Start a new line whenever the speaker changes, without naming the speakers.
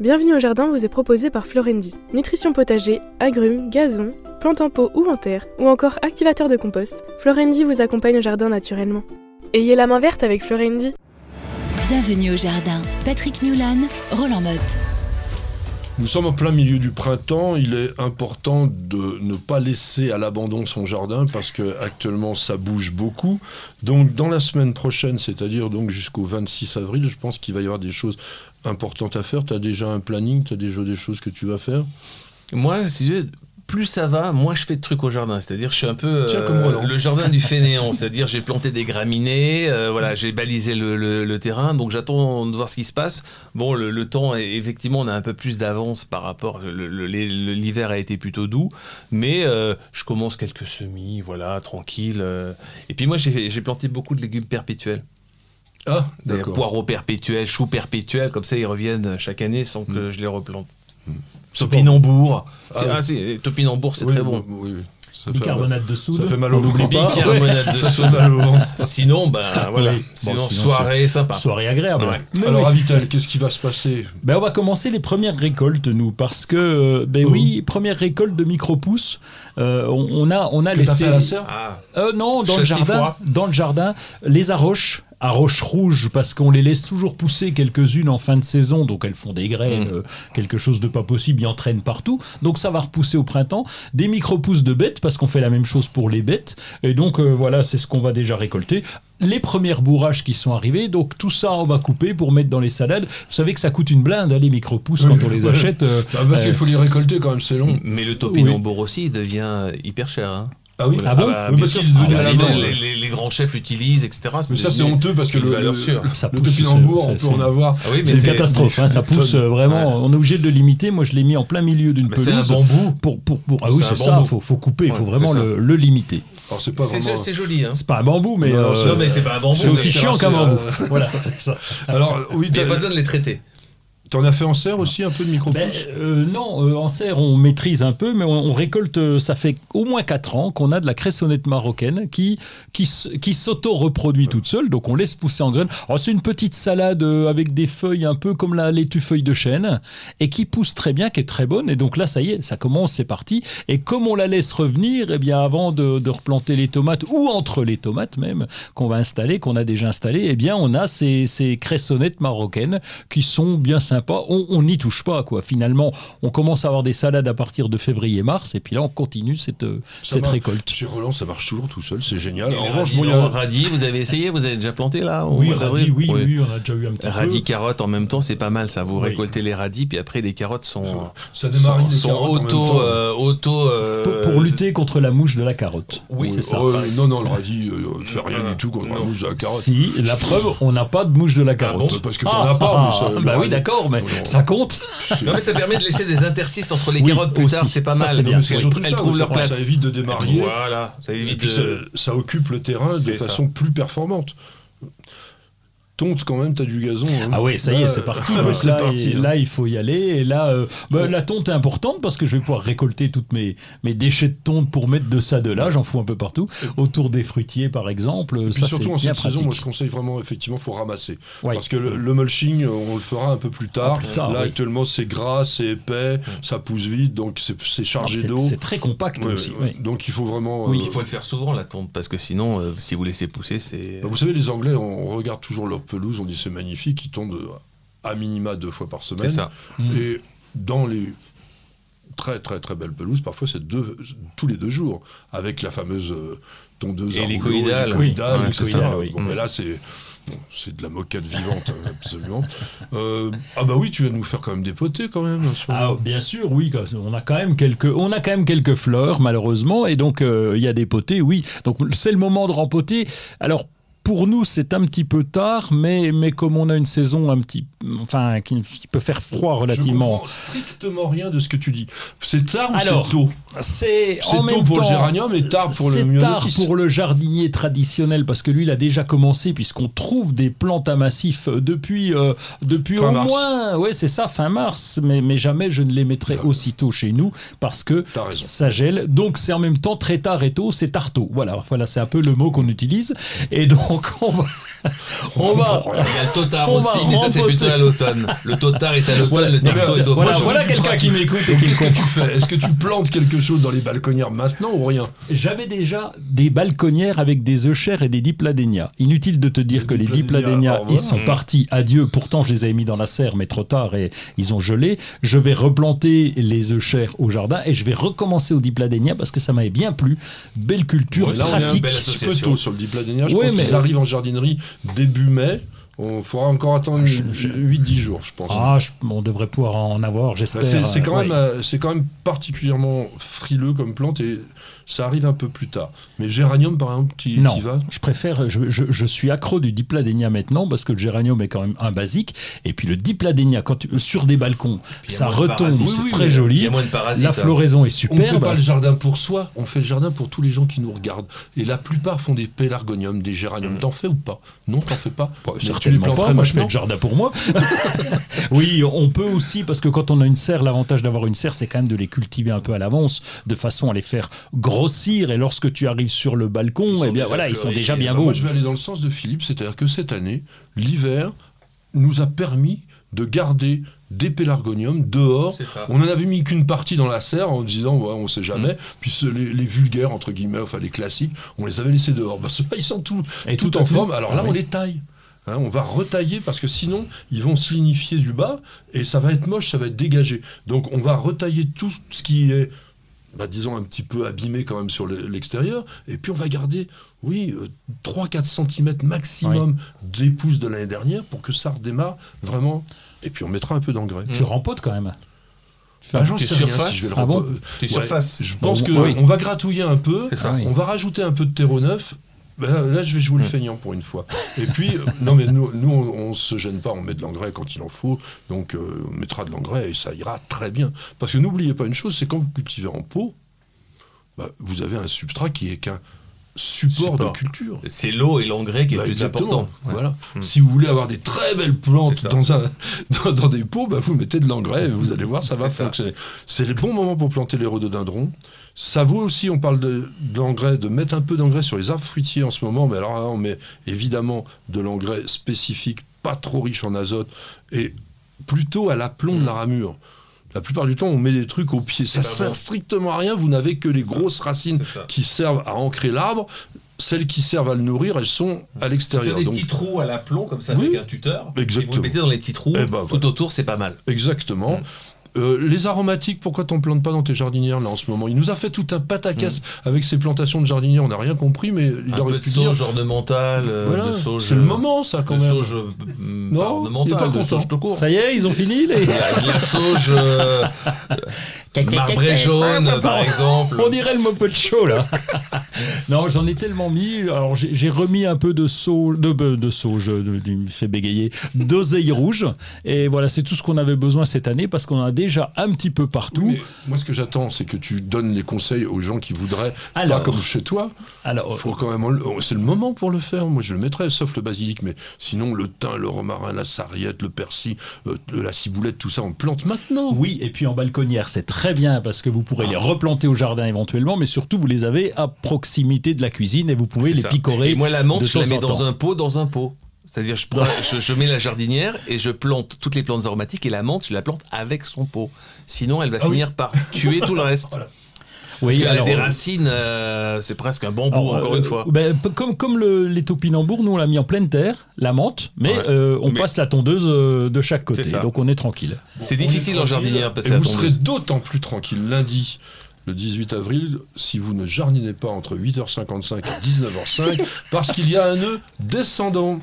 Bienvenue au jardin vous est proposé par Florendi. Nutrition potager, agrumes, gazon, plantes en pot ou en terre, ou encore activateur de compost, Florendi vous accompagne au jardin naturellement. Ayez la main verte avec Florendi.
Bienvenue au jardin. Patrick Mulan, Roland Motte.
Nous sommes en plein milieu du printemps. Il est important de ne pas laisser à l'abandon son jardin parce que actuellement ça bouge beaucoup. Donc dans la semaine prochaine, c'est-à-dire donc jusqu'au 26 avril, je pense qu'il va y avoir des choses importantes à faire. Tu as déjà un planning, tu as déjà des choses que tu vas faire.
Moi, si je- plus ça va, moins je fais de trucs au jardin. C'est-à-dire, je suis un peu euh,
Tiens, comme Roland.
le jardin du fainéant. C'est-à-dire, j'ai planté des graminées, euh, voilà, j'ai balisé le, le- le terrain, donc j'attends de voir ce qui se passe. Bon, le, le temps, est- effectivement, on a un peu plus d'avance par rapport. le- le- les- le- L'hiver a été plutôt doux, mais euh, je commence quelques semis, voilà, tranquille. euh. Et puis moi, j'ai j'ai planté beaucoup de légumes perpétuels.
Ah,
C'est-à-dire Poireaux perpétuels, choux perpétuels, comme ça ils reviennent chaque année sans
Mm.
que je les replante.
C'est
Topinambour.
Ah
C'est-
oui.
ah, si, topinambour, c'est
Oui,
très bon.
oui, oui. Ça fait-
Bicarbonate de
Ça
soude.
fait mal au
Les
ventre.
bicarbonate de
Ça fait
soude.
mal au ventre.
Sinon, ben voilà.
Oui. Bon,
Sinon,
sinon,
soirée sympa.
Soirée agréable.
Ouais.
Mais
Alors,
oui.
Avital, qu'est-ce qui va se passer
Ben, on va commencer les premières récoltes, nous, parce que, euh, ben
Oh.
oui, première récolte de micro-pousses. Euh, on, on a, on a
Que t'as
laissé.
fait à la serre
Ah,
Euh, non, dans le,
Châssis
jardin,
froid.
dans le jardin, les arroches, arroches rouges, parce qu'on les laisse toujours pousser quelques-unes en fin de saison, donc elles font des graines,
Mm.
euh, quelque chose de pas possible, ils en traînent partout, donc ça va repousser au printemps. Des micro-pousses de bêtes, parce qu'on fait la même chose pour les bêtes, et donc euh, voilà, c'est ce qu'on va déjà récolter. Les premières bourrages qui sont arrivées, donc tout ça on va couper pour mettre dans les salades. Vous savez que ça coûte une blinde, hein, les micro-pousses, quand
Oui,
on les
ouais.
achète. euh,
Bah,
Ah,
parce qu'il faut les
euh,
récolter quand même, c'est long.
mais le topinambour aussi il devient hyper cher. hein.
Hmm. Ah oui
Ah bon
Oui,
bien
parce
sûr.
qu'il est devenu
Ah,
à la
les-
mode.
les, les- les grands chefs l'utilisent, etc.
Mais ça, c'est
devenu
honteux parce que
une
le,
valeur
le-
sûre.
ça
le
pousse,
topinambour,
c'est-
on
c'est-
peut en avoir.
Ah oui, mais
C'est une catastrophe, hein, ça
des
pousse
tonnes.
euh, vraiment. On est obligé de le limiter. Moi, je l'ai mis en plein milieu d'une
Mais c'est un
pelouse.
bambou.
Pour, pour, pour- Ah oui,
C'est un
c'est ça,
bambou.
faut, faut couper, il
Ouais,
faut vraiment
c'est ça.
le, le limiter.
Alors, c'est pas
C'est-
vraiment.
C'est joli. Hein.
C'est pas un bambou, mais.
Non,
euh,
c'est-
Non, mais c'est pas un bambou.
c'est aussi
mais-
chiant qu'un
c'est,
bambou.
euh,
Voilà, c'est ça.
Alors, oui,
Il n'y a pas
t'as-
besoin de les traiter.
t'en as fait en serre aussi un peu de micro
Ben, euh, non, euh, en serre, on maîtrise un peu, mais on, on récolte, euh, ça fait au moins 4 ans qu'on a de la cressonnette marocaine qui, qui, s- qui s'auto-reproduit toute seule, donc on laisse pousser en graines. Alors, c'est une petite salade euh, avec des feuilles un peu comme la laitue feuille de chêne, et qui pousse très bien, qui est très bonne, et donc là, ça y est, ça commence, c'est parti. Et comme on la laisse revenir, eh bien, avant de, de replanter les tomates, ou entre les tomates même, qu'on va installer, qu'on a déjà installé, eh bien, on a ces, ces cressonnettes marocaines qui sont bien sympas. On on n'y touche pas, quoi. Finalement, on commence à avoir des salades à partir de février-mars, et puis là, on continue cette, euh,
Ça
cette
va.
récolte.
Chez Roland, ça marche toujours tout seul, c'est génial.
Et
En
les
revanche,
radis,
bon, il y
non,
a.
radis, vous avez essayé, vous avez déjà planté là au mois
radis,
d'avril Ouais.
on a déjà eu un petit
Radis, carottes en même temps, c'est pas mal ça. Vous
Oui.
récoltez les radis, puis après les carottes sont,
euh,
Ça
sont,
démarre les
sont
carottes en même
auto.
temps.
euh, auto euh,
Pour, pour lutter contre la mouche de la carotte.
Oui, c'est ça.
oh, non, non, le radis, euh, fait rien
Voilà.
du tout contre la
Non.
mouche de la carotte.
Si, la preuve, on n'a pas de mouche de la carotte.
Ah bon Parce que t'en as pas, mais ça- le
bah oui,
radis-
d'accord, mais
Oui, on-
ça compte.
Non, mais ça permet de laisser des interstices entre les
Oui,
carottes plus
aussi.
tard, c'est pas
Ça,
mal.
c'est
Non,
bien.
mais
C'est
elles
surtout
elles
ça,
trouvent leur
ça
place.
évite de démarrier.
Voilà, ça
Et
évite
puis ça,
de.
ça occupe le terrain de
C'est ça.
façon plus performante. Tonte quand même, t'as du gazon. hein.
Ah ouais, ça y
Là,
est, c'est parti.
ah ouais,
Donc
c'est
là,
parti,
et-
hein.
là, il faut y aller. Et là, euh, bah,
Ouais.
la tonte est importante parce que je vais pouvoir récolter toutes mes, mes déchets de tonte pour mettre de ça, de là. J'en fous un peu partout. Autour des fruitiers, par exemple. euh,
Et puis
ça,
surtout
c'est
en
bien
cette saison, moi je
pratique.
conseille vraiment, effectivement, faut ramasser.
Ouais.
Parce que le, le mulching, euh, on le fera un peu plus tard.
plus tard,
Là,
oui.
actuellement, c'est gras, c'est épais, ça pousse vite, donc c'est c'est chargé
Ah, C'est-
d'eau.
C'est très compact
Ouais,
aussi.
ouais.
ouais.
Donc il faut vraiment.
Oui,
euh,
Il faut le faire souvent la tombe, parce que sinon, euh, si vous laissez pousser, c'est.
Bah, Vous savez, les Anglais, on regarde toujours leur pelouse, on dit c'est magnifique, ils tombent à minima deux fois par semaine.
C'est ça.
Mm.
Et dans les très très très belles pelouses, parfois c'est deux, tous les deux jours, avec la fameuse euh, tondeuse à
Et
rouleau,
l'hélicoïdale.
l'hélicoïdale,
Oui,
etc.
l'hélicoïdale, oui.
Bon,
Mm.
mais là c'est bon, c'est de la moquette vivante, hein, absolument. Euh, ah bah oui, tu vas nous faire quand même des potées quand même. en ce moment.
Ah, bien sûr, oui. quand- On a quand même quelques, on a quand même quelques fleurs, malheureusement, et donc euh, il y a des potées, oui. Donc c'est le moment de rempoter. Alors. Pour nous, c'est un petit peu tard, mais, mais comme on a une saison un petit, enfin, qui, qui peut faire froid
Je
Ah, relativement.
comprends strictement rien de ce que tu dis. C'est tard ou
Alors,
c'est tôt
C'est
C'est
en
tôt
même
pour le
temps-
géranium et tard pour le
c'est tard
myosotis.
pour le jardinier traditionnel parce que lui il a déjà commencé puisqu'on trouve des plantes à massif depuis euh, depuis
Fin
au
mars.
moins ouais c'est ça fin mars mais, mais jamais je ne les mettrai
Ah.
aussitôt chez nous parce que
T'as raison.
ça gèle donc c'est en même temps très tard et tôt c'est tard tôt voilà voilà c'est un peu le mot qu'on utilise et donc Donc on va, on va,
Il y a le totard
On
aussi,
va
mais ça c'est
rempoter.
plutôt à l'automne. Le totard est à l'automne,
Voilà,
le
Eh ben,
non,
tartare
mais
est au
voilà,
printemps.
voilà quelqu'un qui m'écoute et qui me
Qu'est-ce que
comprend.
tu fais Est-ce que tu plantes quelque chose dans les balconnières maintenant ou rien
J'avais déjà des balconnières avec des œchères et des dipladénias. Inutile de te dire
Les
que les
dipladénias,
dipladénias,
au
ils
revoir.
sont partis, adieu. Pourtant, je les avais mis dans la serre, mais trop tard et ils ont gelé. Je vais replanter les œchères au jardin et je vais recommencer aux dipladénias parce que ça m'avait bien plu. Belle culture,
Ouais, Là, on est un
pratique.
bel
petit peu
association.
tôt sur le dipladénia. Je
Ouais,
pense
mais-
qu'ils arrivent en jardinerie début mai. On faudra encore attendre
Ah, Je- je-
8-10 jours, je pense.
Ah, je- on devrait pouvoir en avoir,
Bah,
j'espère.
C'est c'est quand,
Ouais.
même, euh, c'est quand même particulièrement frileux comme plante et ça arrive un peu plus tard. Mais géranium, par exemple, tu
Non,
y vas
je préfère, je, je- je suis accro du dipladénia maintenant parce que le géranium est quand même un basique. Et puis le dipladénia, quand tu- sur des balcons,
Puis il y a
ça
moins de
retombe,
parasites.
c'est
Oui, oui,
très
mais Il y
joli.
a moins de parasites. hein.
La floraison est Bah,
On ne fait
superbe.
pas le jardin pour soi, on fait le jardin pour tous les gens qui nous regardent. Et la plupart font des pélargoniums, des
Mm.
géraniums. T'en fais ou pas Non, t'en fais pas. Mais tu les
Certainement pas,
planterais
moi je fais
maintenant.
le jardin pour moi. oui, on peut aussi, parce que quand on a une serre, l'avantage d'avoir une serre, c'est quand même de les cultiver un peu à l'avance, de façon à les faire grossir. Et lorsque tu arrives sur le balcon,
sont
eh bien
déjà
voilà, ils sont
fleuris,
déjà
et
bien
Alors
beaux.
Moi, je vais aller dans le sens de Philippe, c'est-à-dire que cette année, l'hiver nous a permis de garder des pélargoniums dehors.
C'est ça.
On en avait mis qu'une partie dans la serre en disant ouais, on sait jamais. Puis ce- les, les vulgaires entre guillemets, enfin les classiques, on les avait laissés dehors. Bah, ceux-là, ils sont tout,
Et
tout,
tout à
en
fait.
forme. Alors là,
Ah
on
oui.
les taille. Hein, on va retailler parce que sinon ils vont se lignifier du bas et ça va être moche, ça va être dégagé. Donc on va retailler tout ce qui est, bah, disons, un petit peu abîmé quand même sur le- l'extérieur et puis on va garder, oui, euh, 3-4 cm maximum des pousses de l'année dernière pour que ça redémarre vraiment. Et puis on mettra un peu d'engrais.
Tu rempotes quand même.
Bah,
Enfin,
j'en
tes
sais rien
surfaces,
si je vais le
Mmh. ah bon Ah
repo-
Tes
Ouais,
surfaces.
Je pense
Bon,
que
oui.
on va gratouiller un peu,
C'est
Ah
ça.
oui. Hmm.
on va rajouter un peu de terreau neuf. Ben Là, là, je vais jouer le feignant pour une fois. Et puis, euh, non, mais nous, nous on, on se gêne pas, on met de l'engrais quand il en faut. Donc, euh, on mettra de l'engrais et ça ira très bien. Parce que n'oubliez pas une chose, c'est quand vous cultivez en pot, bah, vous avez un substrat qui est qu'un support,
Support.
de culture.
C'est l'eau et l'engrais qui est
Bah,
le plus
exactement.
important.
Voilà.
Mm.
Si vous voulez avoir des très belles
C'est
plantes
ça.
dans, un, dans, dans des pots, bah, vous mettez de l'engrais et vous allez voir, ça va
C'est ça.
fonctionner. C'est le bon moment pour planter les rhododendrons. Ça vaut aussi, on parle de, de l'engrais, de mettre un peu d'engrais sur les arbres fruitiers en ce moment, mais alors là, on met évidemment de l'engrais spécifique, pas trop riche en azote, et plutôt à l'aplomb de la ramure. La plupart du temps, on met des trucs au pied.
Hmm. C'est
Ça
pas
sert
bon.
strictement à rien. Vous n'avez que les
C'est ça.
grosses racines
C'est ça.
qui servent à ancrer l'arbre. Celles qui servent à le nourrir, elles sont à
Tu fais
l'extérieur.
des
Donc,
petits trous à l'aplomb comme ça
Oui.
avec un tuteur. Et vous
Exactement.
le mettez dans les petits trous
Eh ben,
tout
voilà.
autour, c'est pas mal.
Exactement. Euh, les aromatiques, pourquoi t'en plantes pas dans tes jardinières là en ce moment Il nous a fait tout un pataquès avec ces plantations de jardinières, on n'a rien compris, mais il
Mm. Un
aurait
peu de
pu dire.
sauge ornementale, euh,
Voilà,
de sauge.
c'est le moment ça quand
de
même.
sauge euh,
Non,
pas
il est pas
ornementale, de
content.
sauge tout court.
Ça y est, ils ont fini les.
de la sauge euh, marbrée jaune, par exemple.
On dirait le Mopo de show là. non, j'en ai tellement mis. Alors j'ai j'ai remis un peu de sauge, de, de, de sauge, de- il me fait bégayer, d'oseille rouge. Et voilà, c'est tout ce qu'on avait besoin cette année parce qu'on en a déjà un petit peu partout.
Oui, mais moi, ce que j'attends, c'est que tu donnes les conseils aux gens qui voudraient,
Alors.
pas comme chez toi.
Ah,
Alors,
Faut quand même, en- c'est le moment pour le faire. Moi, je le mettrais, sauf le basilic, mais sinon le thym, le romarin, la sarriette, le persil, euh, la ciboulette, tout ça, on plante maintenant.
oui, et puis en balconnière, c'est très bien parce que vous pourrez les replanter au jardin éventuellement, mais surtout vous les avez à proximité de la cuisine et vous pouvez
C'est
les
ça.
picorer.
Et moi, la menthe,
de
je la
temps
mets
en
dans
temps.
un pot, dans un pot. C'est-à-dire, je, prends- je, je mets la jardinière et je plante toutes les plantes aromatiques et la menthe, je la plante avec son pot. Sinon, elle
Ah
va finir par tuer tout le reste. Parce
Oui,
qu'elle a
alors, euh,
des racines, euh, c'est presque un bambou,
Alors,
encore
euh,
une fois.
ben, p- comme comme le- les topinambours, nous on l'a mis en pleine terre, la menthe, mais
Ouais.
euh, on
Mais-
passe la tondeuse euh, de chaque côté,
C'est ça.
donc on est tranquille.
C'est
On est
difficile en
tranquille,
jardinière, parce
Et
que
vous serez d'autant plus tranquille lundi. Le 18 avril, si vous ne jardinez pas entre 8h55 et 19h05, parce qu'il y a un nœud descendant.